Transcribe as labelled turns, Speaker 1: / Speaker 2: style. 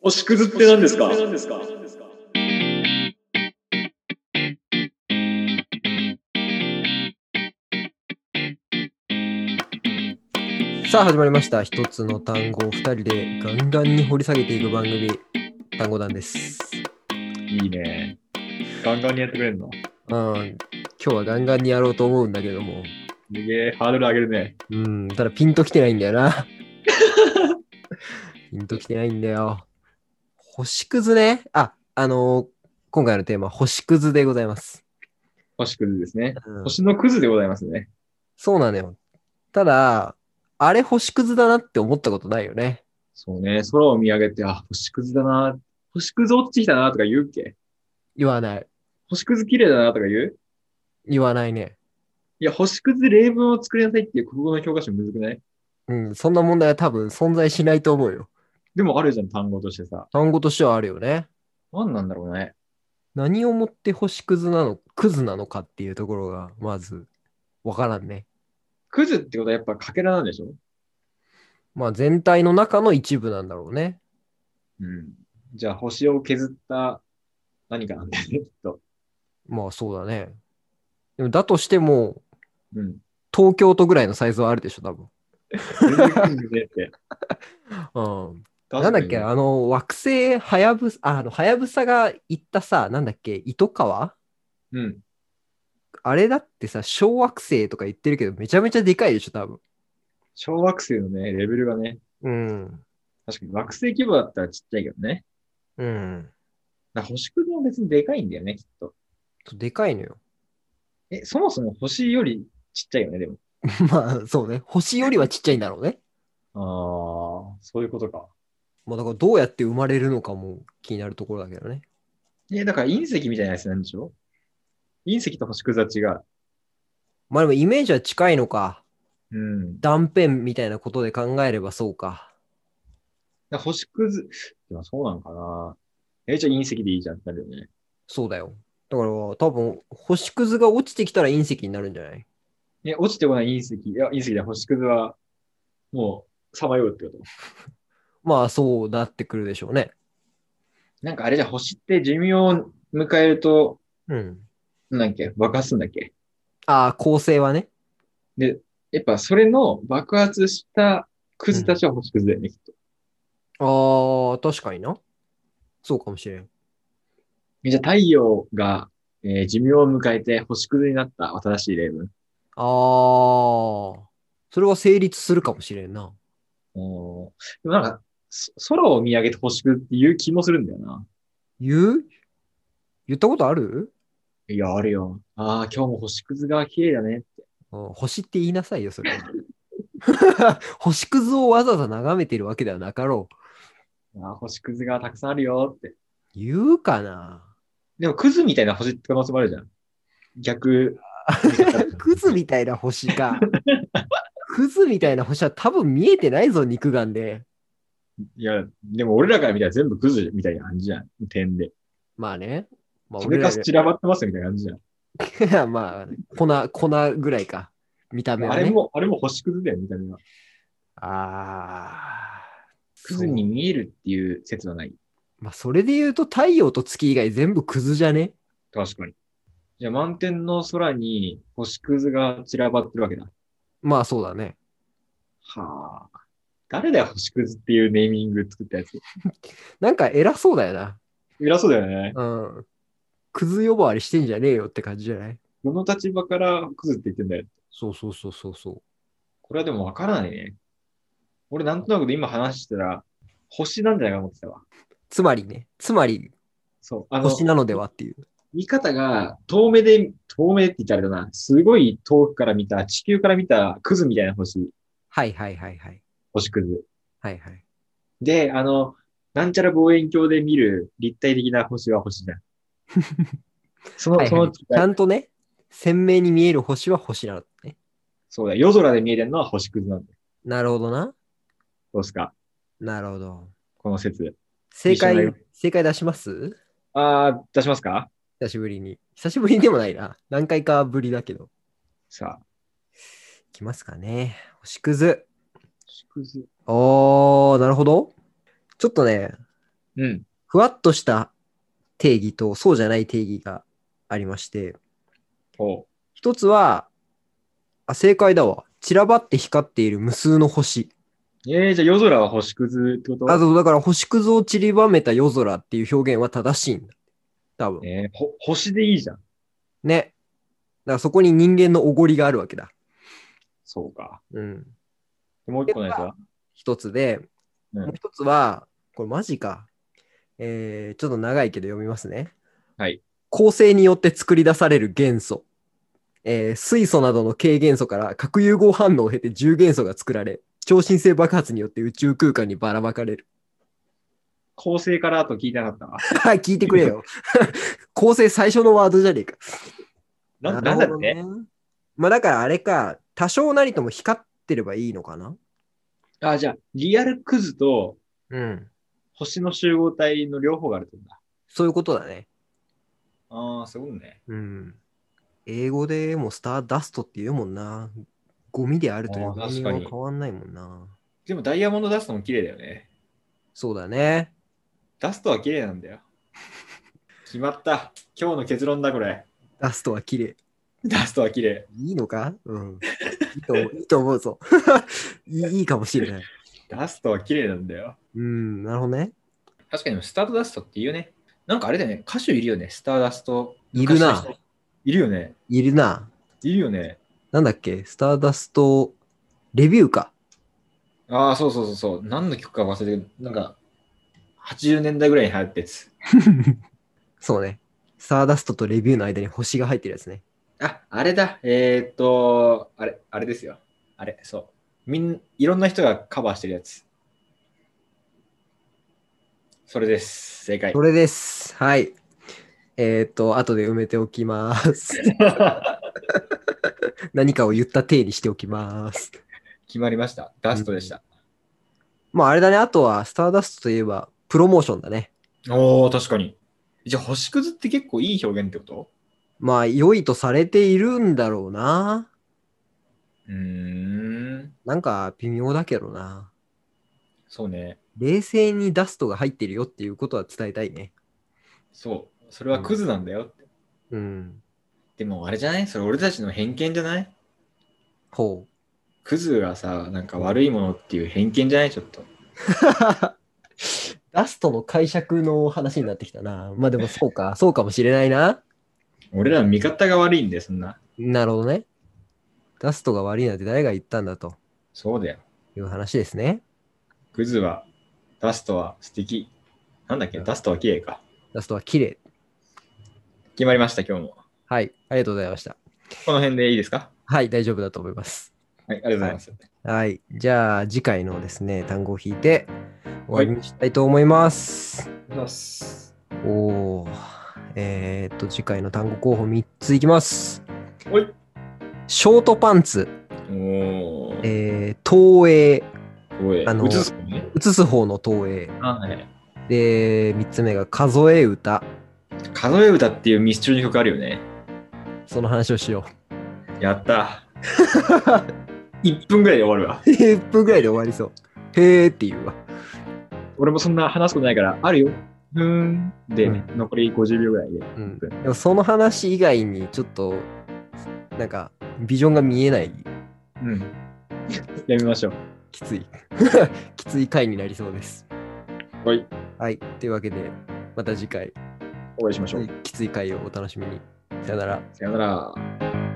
Speaker 1: 星屑って何ですか
Speaker 2: さあ始まりました一つの単語を二人でガンガンに掘り下げていく番組単語団です
Speaker 1: いいね。ガンガンにやってくれるの。
Speaker 2: うん今日はガンガンにやろうと思うんだけども
Speaker 1: すげえ、ハードル上げるね。
Speaker 2: うんただピンときてないんだよなピンときてないんだよ星屑ねああのー今回のテーマ星屑でございます、
Speaker 1: 星屑ですね。
Speaker 2: うん
Speaker 1: 星のクズでございますね。
Speaker 2: そうなのよただあれ星屑だなって思ったことないよね
Speaker 1: そうね、空を見上げて、あ、星屑だな、星屑落ちてきたなとか言うっけ
Speaker 2: 言わない
Speaker 1: 星屑綺麗だなとか言う
Speaker 2: 言わないね
Speaker 1: いや、星屑例文を作りなさいっていう国語の教科書むずくない
Speaker 2: うんそんな問題は多分存在しないと思うよ
Speaker 1: でもあるじゃん、単語としてさ。
Speaker 2: 単語としてはあるよね
Speaker 1: 何なんだろうね。
Speaker 2: 何をもって星屑なの、クズなのかっていうところが、まず、わからんね。
Speaker 1: クズってことはやっぱ欠片なんでしょ
Speaker 2: まあ、全体の中の一部なんだろうね。
Speaker 1: うん。じゃあ、星を削った何か なんだよね、きっと。
Speaker 2: まあ、そうだね。でも、だとしても、
Speaker 1: うん。
Speaker 2: 東京都ぐらいのサイズはあるでしょ、多
Speaker 1: 全然クズねえって。
Speaker 2: 分。うん。なんだっけ、あの、惑星、はやぶさ、ああの、はやぶさが行ったさ、なんだっけ、糸川
Speaker 1: うん。
Speaker 2: あれだってさ、小惑星とか言ってるけど、めちゃめちゃでかいでしょ、多分。
Speaker 1: 小惑星のね、レベルがね、
Speaker 2: うん。
Speaker 1: 確かに惑星規模だったらちっちゃいけどね。
Speaker 2: うん。
Speaker 1: だから星屑も別にでかいんだよね、きっと。
Speaker 2: そうでかいのよ。
Speaker 1: え、そもそも星よりちっちゃいよね、でも。
Speaker 2: まあ、そうね。星よりはちっちゃいんだろうね。
Speaker 1: ああ、そういうことか。
Speaker 2: まあだからどうやって生まれるのかも気になるところだけどね。
Speaker 1: え、だから隕石みたいなやつなんでしょ隕石と星屑は違う。
Speaker 2: まあでもイメージは近いのか。
Speaker 1: うん。だか
Speaker 2: 断片みたいなことで考えればそうか。
Speaker 1: ら星屑、でもそうなのかな。え、じゃあ隕石でいいじゃんってなるよね。
Speaker 2: そうだよ。だから多分星屑が落ちてきたら隕石になるんじゃない
Speaker 1: え、落ちてこない隕石、いや、隕石で星屑は、もう、さまようってこと。
Speaker 2: まあそうなってくるでしょうね。
Speaker 1: なんかあれじゃん、星って寿命を迎えると、
Speaker 2: うん。
Speaker 1: なんだっけ、爆発すんだっけ
Speaker 2: ああ、構成はね。
Speaker 1: で、やっぱそれの爆発したクズたちは星屑だよね、きっと。
Speaker 2: ああ、確かにな。そうかもしれん。
Speaker 1: じゃあ太陽が、えー寿命を迎えて星屑になった新しい例文。
Speaker 2: ああ、それは成立するかもしれんな。
Speaker 1: おーでもなんか、そ空を見上げて星屑っていう気もするんだよな。
Speaker 2: 言う言ったことある
Speaker 1: いや、あるよ。ああ、今日も星屑が綺麗だね。
Speaker 2: うん星って言いなさいよ、それ。 星屑をわざわざ眺めてるわけではなかろう。
Speaker 1: あー星屑がたくさんあるよって。
Speaker 2: 言うか な
Speaker 1: でも、クズみたいな星って可能性もあるじゃん。逆。
Speaker 2: クズみたいな星 か。クズみたいな星は多分見えてないぞ、肉眼で。
Speaker 1: いや、でも俺らから見たら全部クズみたいな感じじゃん。点で。
Speaker 2: まあね。まあ、
Speaker 1: そ
Speaker 2: 俺
Speaker 1: れ
Speaker 2: ら
Speaker 1: か散らばってますみたいな感じじゃん。
Speaker 2: が まあ、粉、粉ぐらいか。見た目は
Speaker 1: あ
Speaker 2: ね。
Speaker 1: れも、あれも星屑だよ、みたいな。
Speaker 2: ああ。
Speaker 1: クズに見えるっていう説はない。
Speaker 2: まあ、それで言うと太陽と月以外全部クズじゃね
Speaker 1: 確かに。じゃあ、満天の空に星屑が散らばってるわけだ。
Speaker 2: まあそうだね。
Speaker 1: はあ。誰だよ、星屑っていうネーミング作ったやつ。
Speaker 2: なんか偉そうだよな。
Speaker 1: 偉そうだよね。
Speaker 2: うん。クズ呼ばわりしてんじゃねえよって感じじゃない
Speaker 1: どの立場からクズって言ってんだよ。
Speaker 2: そうそうそうそうそう。
Speaker 1: これはでもわからないね。俺、なんとなくで今話してたら、星なんじゃないかと思ってたわ。
Speaker 2: つまりね、つまり
Speaker 1: そう。あの、
Speaker 2: 星なのではっていう。
Speaker 1: 見方が、遠目で、遠目って言ったらあれだな。すごい遠くから見た、地球から見たクズみたいな星、
Speaker 2: はいはいはいはい。
Speaker 1: 星屑。
Speaker 2: はいはい。
Speaker 1: で、あの、なんちゃら望遠鏡で見る立体的な星は星じゃ ん。その、
Speaker 2: はい
Speaker 1: そ
Speaker 2: はい
Speaker 1: の、
Speaker 2: ちゃんとね、鮮明に見える星は星なのね。
Speaker 1: そうだ、夜空で見えてるのは星屑なんだよ。
Speaker 2: なるほどな。
Speaker 1: どうすか
Speaker 2: なるほど。
Speaker 1: この説。
Speaker 2: 正
Speaker 1: 一緒だ
Speaker 2: 解
Speaker 1: よ、
Speaker 2: 正解出します
Speaker 1: あー、出しますか
Speaker 2: 久しぶりに。久しぶりでもないな。何回かぶりだけど。
Speaker 1: さあ、
Speaker 2: いきますかね。星屑。
Speaker 1: 星屑。
Speaker 2: おー、なるほど。ちょっとね、
Speaker 1: うん。
Speaker 2: ふわっとした定義とそうじゃない定義がありまして、
Speaker 1: ほ
Speaker 2: 一つは、あ、正解だわ。散らばって光っている無数の星。
Speaker 1: う。えー、じゃあ夜空は星屑ってこと
Speaker 2: あと、だから星屑を散りばめた夜空っていう表現は正しいんだ。多分。
Speaker 1: えー、ほ星でいいじゃん。
Speaker 2: ね。だからそこに人間のおごりがあるわけだ。
Speaker 1: そうか。
Speaker 2: うん。
Speaker 1: もう一個のやつは
Speaker 2: 一つで、
Speaker 1: うん
Speaker 2: もう一つは、これマジか。えー、ちょっと長いけど読みますね。
Speaker 1: はい。
Speaker 2: 構成によって作り出される元素。えー水素などの軽元素から核融合反応を経て重元素が作られ、超新星爆発によって宇宙空間にばらまかれる。
Speaker 1: 構成からと聞いてなかったわ。
Speaker 2: 聞いてくれよ。 構成最初のワードじゃねえか。
Speaker 1: ななんだ
Speaker 2: る
Speaker 1: ろ
Speaker 2: ほ
Speaker 1: う
Speaker 2: ど
Speaker 1: ね。。
Speaker 2: まあだからあれか、多少なりとも光ってればいいのかな
Speaker 1: あ、じゃあ、リアルクズと
Speaker 2: うん。
Speaker 1: 星の集合体の両方があるってことだ。
Speaker 2: そういうことだね。
Speaker 1: ああ、そういうことね。
Speaker 2: うん。英語でもスターダストって言うもんな。ゴミであるという
Speaker 1: あー
Speaker 2: 概念
Speaker 1: 確か
Speaker 2: は
Speaker 1: に
Speaker 2: 変わんないもんな。
Speaker 1: でもダイヤモンドダストも綺麗だよね。
Speaker 2: そうだね。
Speaker 1: ダストは綺麗なんだよ。決まった。今日の結論だ、これ。
Speaker 2: ダストは綺麗。
Speaker 1: ダストは綺麗。
Speaker 2: いいのか うん。いいと思ういいと思うぞ いい。いいかもしれない。
Speaker 1: ダストは綺麗なんだよ。
Speaker 2: うん、なるほどね。
Speaker 1: 確かに、スタートダストって言うね。なんかあれだよね。歌手いるよね。スターダスト。
Speaker 2: いるな。
Speaker 1: いるよね。
Speaker 2: いるな。
Speaker 1: いるよね。
Speaker 2: なんだっけスターダストレビューか。
Speaker 1: ああ、そうそうそうそう。何の曲か忘れてるけど、なんか、80年代ぐらいに流行ったやつ。
Speaker 2: そうね。スターダストとレビューの間に星が入ってるやつね。
Speaker 1: あ、あれだ。えー、っと、あれ、あれですよ。あれ、そう。みん、いろんな人がカバーしてるやつ。それです。正解
Speaker 2: そ。れです。はい。えっ、と、後で埋めておき ます。何かを言った体にしておきます。
Speaker 1: 決まりました。ダストでした。
Speaker 2: まああれだね、あとはスターダストといえばプロモーションだね。
Speaker 1: おお確かに。じゃあ、星屑って結構いい表現ってこと
Speaker 2: まあ良いとされているんだろうな。
Speaker 1: うーん。
Speaker 2: なんか微妙だけどな。
Speaker 1: そうね。
Speaker 2: 冷静にダストが入ってるよっていうことは伝えたいね。
Speaker 1: そう。それはクズなんだよって。
Speaker 2: うん。
Speaker 1: でも、あれじゃないそれ俺たちの偏見じゃない
Speaker 2: ほう。
Speaker 1: クズはさ、なんか悪いものっていう偏見じゃないちょっと。
Speaker 2: ダストの解釈の話になってきたな。まあでもそうか、そうかもしれないな。
Speaker 1: 俺らの味方が悪いんだよ、そんな。
Speaker 2: なるほどね。ダストが悪いなんて誰が言ったんだと
Speaker 1: そうだよ。
Speaker 2: いう話ですね。
Speaker 1: クズは、ダストは素敵。なんだっけ、ダストは綺麗か。
Speaker 2: ダストは綺麗。
Speaker 1: 決まりました、今日も。
Speaker 2: はい。ありがとうございました。
Speaker 1: この辺でいいですか
Speaker 2: はい、大丈夫だと思います。
Speaker 1: はい、ありがとうございます。
Speaker 2: はい。じゃあ、次回のですね、単語を引いて終わりにしたいと思います。
Speaker 1: ありがとうございます。
Speaker 2: おー。えー、っと、次回の単語候補3ついきます。
Speaker 1: おい。
Speaker 2: ショートパンツ、
Speaker 1: おー、
Speaker 2: えー、投影、
Speaker 1: すごい。
Speaker 2: あの
Speaker 1: 映すもんね。
Speaker 2: 映す方の投影。
Speaker 1: あはい。
Speaker 2: で、3つ目が数え歌。
Speaker 1: 数え歌っていうミスチルの曲あるよね。
Speaker 2: その話をしよ
Speaker 1: や った。1分ぐらいで終わるわ。
Speaker 2: う。1分ぐ らいで終わりそう。へーっていうわ。
Speaker 1: 俺もそんな話すことないから、あるよ。うーん。で、
Speaker 2: う
Speaker 1: 残り50秒ぐらいで。
Speaker 2: うん。でも、その話以外に、ちょっと、なんか、ビジョンが見えない、
Speaker 1: うん。 やめましょう。
Speaker 2: きつい、 きつい回になりそうです。
Speaker 1: はい。
Speaker 2: はい。というわけで、また次回、
Speaker 1: お会いしましょう。
Speaker 2: きつい回をお楽しみに。さよなら。
Speaker 1: さよなら。